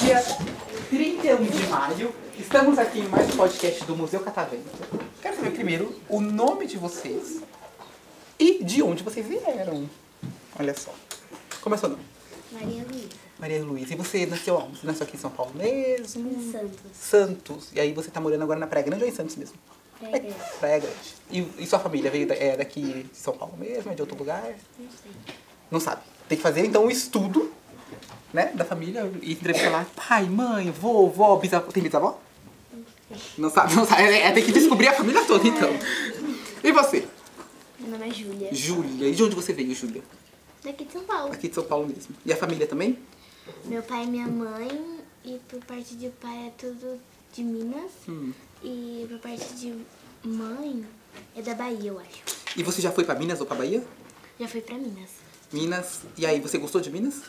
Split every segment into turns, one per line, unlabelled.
Dia 31 de maio, estamos aqui em mais um podcast do Museu Catavento. Quero saber primeiro o nome de vocês e de onde vocês vieram. Olha só. Como é seu nome?
Maria Luísa
Maria Luíza. E você nasceu onde? Você nasceu aqui em São Paulo mesmo?
Santos.
Santos. E aí você tá morando agora na Praia Grande ou em Santos mesmo?
Praia Grande.
Praia Grande. E, e sua família veio da- é daqui de São Paulo mesmo? É de outro lugar?
Não sei.
Não sabe. Tem que fazer então um estudo, né, da família e entrevistar lá pai, mãe, vovó, bisavó. Tem bisavó? Não sabe, não sabe. É, é, tem que descobrir a família toda então. E você?
Meu nome é Júlia.
Júlia. E de onde você veio, Júlia?
Daqui de São Paulo.
Aqui de São Paulo mesmo. E a família também?
Meu pai e minha mãe. E por parte de pai é tudo de Minas.
Hum.
E por parte de mãe é da Bahia, eu acho.
E você já foi pra Minas ou pra Bahia?
Já fui pra Minas.
Minas. E aí, você gostou de Minas?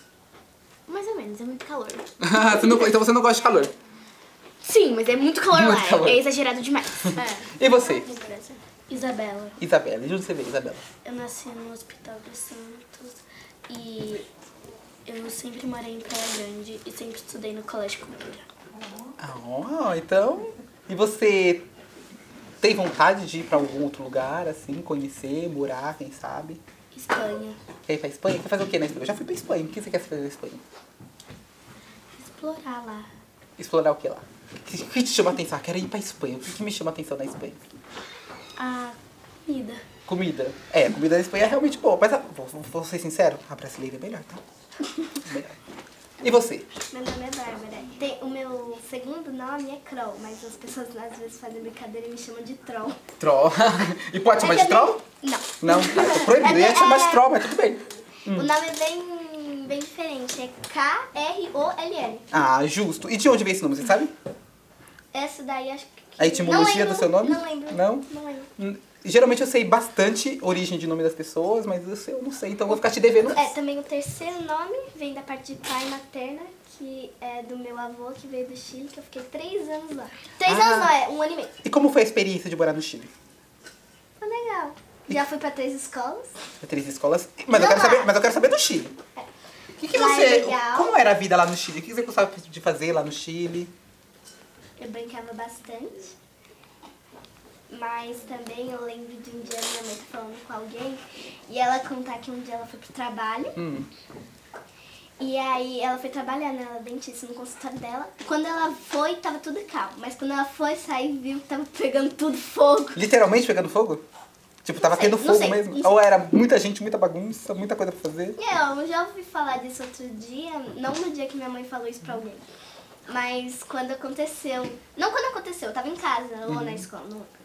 Mais ou menos, é muito calor.
Você não- então você não gosta de calor.
Sim, mas é muito calor
Muito
lá.
calor. É.
É exagerado demais.
E você?
Isabela.
Isabela. E de onde você veio, Isabela?
Eu nasci no Hospital dos Santos e eu sempre morei em Praia Grande e sempre estudei no Colégio Cultura.
Ah, então. E você tem vontade de ir pra algum outro lugar, assim, conhecer, morar, quem sabe?
Espanha.
Quer ir pra Espanha? Quer fazer o quê na Espanha? Eu já fui pra Espanha. O que você quer fazer na Espanha?
Explorar lá.
Explorar o que lá? O que o que te chama a atenção? Ah, quero ir pra Espanha. O que que me chama a atenção na Espanha?
A comida.
Comida. É, a comida da Espanha é realmente boa. Mas, ah, vou, vou- vou ser sincero, a brasileira é melhor, tá? Melhor. E você?
Meu nome é Bárbara. Tem- o meu segundo nome é Kroll, mas as pessoas às vezes fazem brincadeira e me chamam de Troll.
Troll. E pode chamar
Mas
de
é bem-
troll?
Não.
Não, tá, tá proibido. Eu ia te chamar de troll, mas tudo bem. Hum.
O nome é bem, bem diferente. É K-R-O-L-L.
Ah, justo. E de onde veio esse nome, você sabe?
Essa daí acho que.
A etimologia
Não lembro,
do seu nome?
Não lembro.
Não?
Não lembro.
Hum, Geralmente eu sei bastante origem de nome das pessoas, mas eu, sei- eu não sei, então eu vou ficar te devendo.
É, também o terceiro nome vem da parte de pai materna, que é do meu avô, que veio do Chile, que eu fiquei três anos lá. Três
Ah.
anos não, é um ano e meio.
E como foi a experiência de morar no Chile?
Foi legal. Já fui pra três escolas.
Foi Três escolas. Mas eu,
Não
quero
lá.
saber, mas eu quero saber do Chile. O que, que
Lá
você.
é legal.
Como era a vida lá no Chile? O que você gostava de fazer lá no Chile?
Eu brincava bastante. Mas também eu lembro de um dia minha mãe tá falando com alguém e ela contar que um dia ela foi pro trabalho.
Hum.
E aí ela foi trabalhar né, ela é dentista no consultório dela. Quando ela foi, tava tudo calmo. Mas quando ela foi sair, viu que tava pegando tudo fogo.
Literalmente pegando fogo? Tipo, tava
Não sei,
tendo
não
fogo
sei.
mesmo?
Isso-
Ou era muita gente, muita bagunça, muita coisa pra fazer?
Eu já ouvi falar disso outro dia, não no dia que minha mãe falou isso pra
Uhum.
alguém. Mas quando aconteceu. Não quando aconteceu, eu tava em casa ou
Uhum.
na escola. Não.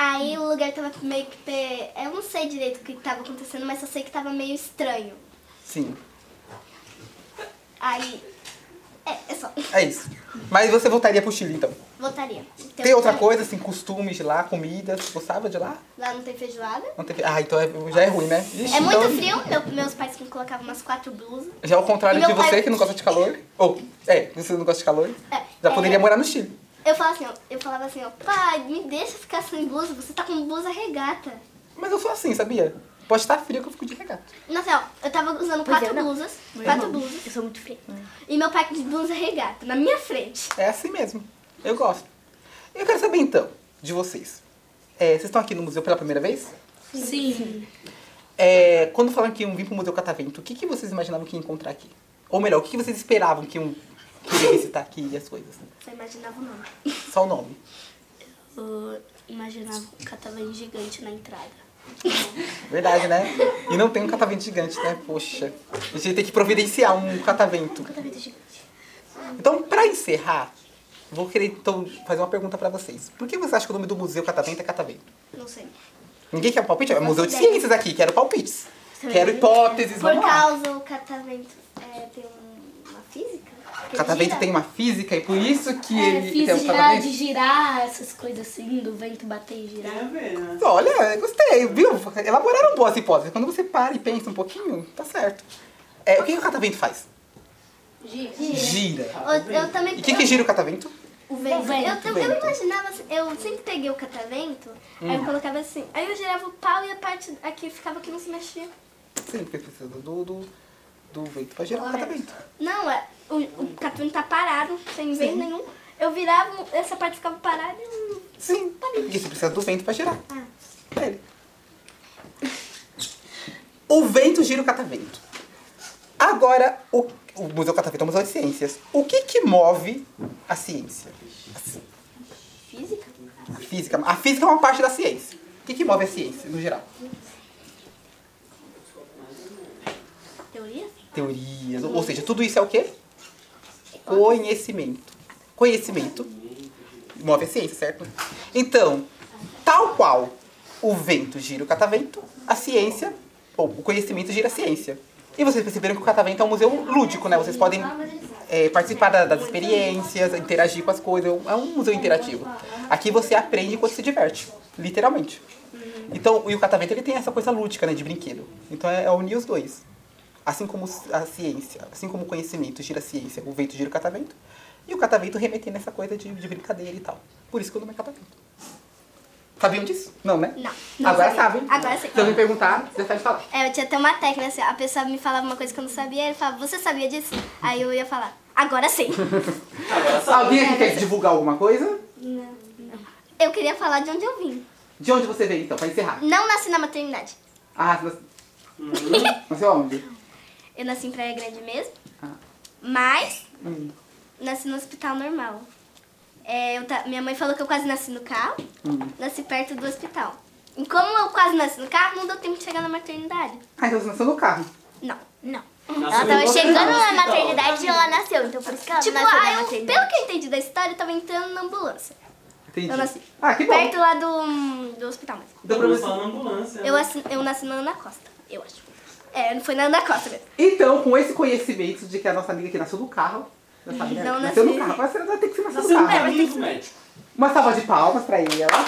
Aí o lugar tava meio que. pe- Eu não sei direito o que tava acontecendo, mas só sei que tava meio estranho.
Sim.
Aí. É, é só.
É isso. Mas você voltaria pro Chile então?
Voltaria. um
Tem outra coisa, assim, costumes de lá, comida? Você gostava de lá?
Lá não tem feijoada.
Não teve... Ah, então é- já é ruim, né? Ixi,
É muito
então-
frio, meu- meus pais que me colocavam umas quatro blusas.
Já ao contrário
E meu
de você,
pai-
que não gosta de calor. Ou, é, você não gosta de calor.
É,
já
é.
poderia morar no Chile.
Eu falava assim, ó, eu falava assim, ó, pai, me deixa ficar sem blusa, você tá com blusa regata.
Mas eu sou assim, sabia? Pode estar frio que eu fico de regata.
Nossa, ó, eu tava usando quatro
é, não. É.
blusas, quatro blusas,
Eu sou muito feia.
e meu pai de blusa regata, na minha frente.
É assim mesmo. Eu gosto. Eu quero saber então, de vocês. É, vocês estão aqui no museu pela primeira vez?
Sim.
É, quando falam que iam vir pro Museu Catavento, o que, que vocês imaginavam que ia encontrar aqui? Ou melhor, o que, que vocês esperavam que iam querer visitar aqui e as coisas?
Só imaginava o nome.
Só o nome.
Eu imaginava um catavento gigante na entrada.
Verdade, né? E não tem um catavento gigante, né? Poxa. A gente tem que providenciar um catavento.
é
Catavento gigante.
Então, pra encerrar, vou querer então fazer uma pergunta pra vocês. Por que vocês acham que o nome do museu Catavento é Catavento?
Não sei.
Ninguém quer um palpite? É museu de ciências aqui, quero palpites.
Também
Quero hipóteses,
Por
vamos lá.
causa o catavento é, tem um- uma física? Que
Catavento
gira?
tem uma física e por isso que
É,
ele
fiz
tem um
girar, de
catavento.
girar, essas coisas assim, do vento bater e
Tá
girar.
né?
Olha, gostei, viu? Elaboraram boas hipóteses. Quando você para e pensa um pouquinho, tá certo. É, o que, que o catavento faz?
Gira.
Gira.
Eu, eu também
E o que, que gira o catavento?
eu- O vento.
vento.
Eu, eu, eu imaginava, assim, eu sempre peguei o catavento, aí
Hum.
eu colocava assim. Aí eu girava o pau e a parte aqui ficava que não se mexia.
Sim, porque precisa do, do, do vento pra gerar o
Correto.
catavento.
Não, é- o, o catavento tá parado, sem vento
Sim.
nenhum. Eu virava, essa parte ficava parada e eu...
Sim, porque você precisa do vento pra girar. Ele. O vento gira o catavento. Agora, o, o Museu Catavento é um museu de ciências. O que que move a ciência?
Física?
A física, a física é uma parte da ciência. O que que move a ciência, no geral?
Teoria?
Teorias, ou ou seja, tudo isso é o quê? Conhecimento. Conhecimento move a ciência, certo? Então, tal qual o vento gira o catavento, a ciência, ou o conhecimento gira a ciência. E vocês perceberam que o catavento é um museu lúdico, né? Vocês podem é, participar da- das experiências, interagir com as coisas. É um museu interativo. Aqui você aprende enquanto se diverte, literalmente. Então, e o catavento ele tem essa coisa lúdica, né? De brinquedo. Então é, é unir os dois. Assim como a ciência, assim como o conhecimento gira a ciência, o vento gira o catavento. E o catavento remetendo essa coisa de, de brincadeira e tal. Por isso que o nome é catavento. Sabiam disso? Não, né?
Não, não
Agora
sabia.
sabem.
Agora sim.
Se eu me perguntar, você sabe falar.
É, eu tinha até uma técnica, assim, a pessoa me falava uma coisa que eu não sabia, ele falava, você sabia disso? Aí eu ia falar, agora sim.
Alguém
É,
aqui quer divulgar alguma coisa?
não, não. Eu queria falar de onde eu vim.
De onde você veio então, pra encerrar?
Não nasci na maternidade.
Ah, você nasceu- nasceu onde?
Eu nasci em Praia Grande mesmo,
Ah,
mas
hum,
nasci no hospital normal. É, eu ta- Minha mãe falou que eu quase nasci no carro,
hum.
nasci perto do hospital. E como eu quase nasci no carro, não deu tempo de chegar na maternidade.
Ah, então você nasceu no carro.
Não.
Não.
Nasceu
Ela tava
em
chegando
Portugal.
na maternidade e ela nasceu. Então por isso que ela
Tipo,
é
nasceu
ah,
na
eu-
maternidade.
pelo que eu entendi da história, eu tava entrando na ambulância.
Entendi.
Eu nasci
Ah, que bom.
perto lá do, do hospital mesmo.
Então, pra
Eu
você-
falo na ambulância.
Uhum.
né?
Eu, assi- eu nasci na Ana Costa, eu acho. É, não foi na Ana Costa mesmo.
Então, com esse conhecimento de que a nossa amiga aqui nasceu no carro. Nossa amiga
Não
nasceu no
nasci.
carro. Mas ela tem que ser nascer
Nasceu
no
no
carro.
caminho do médico.
Uma salva de palmas pra ela.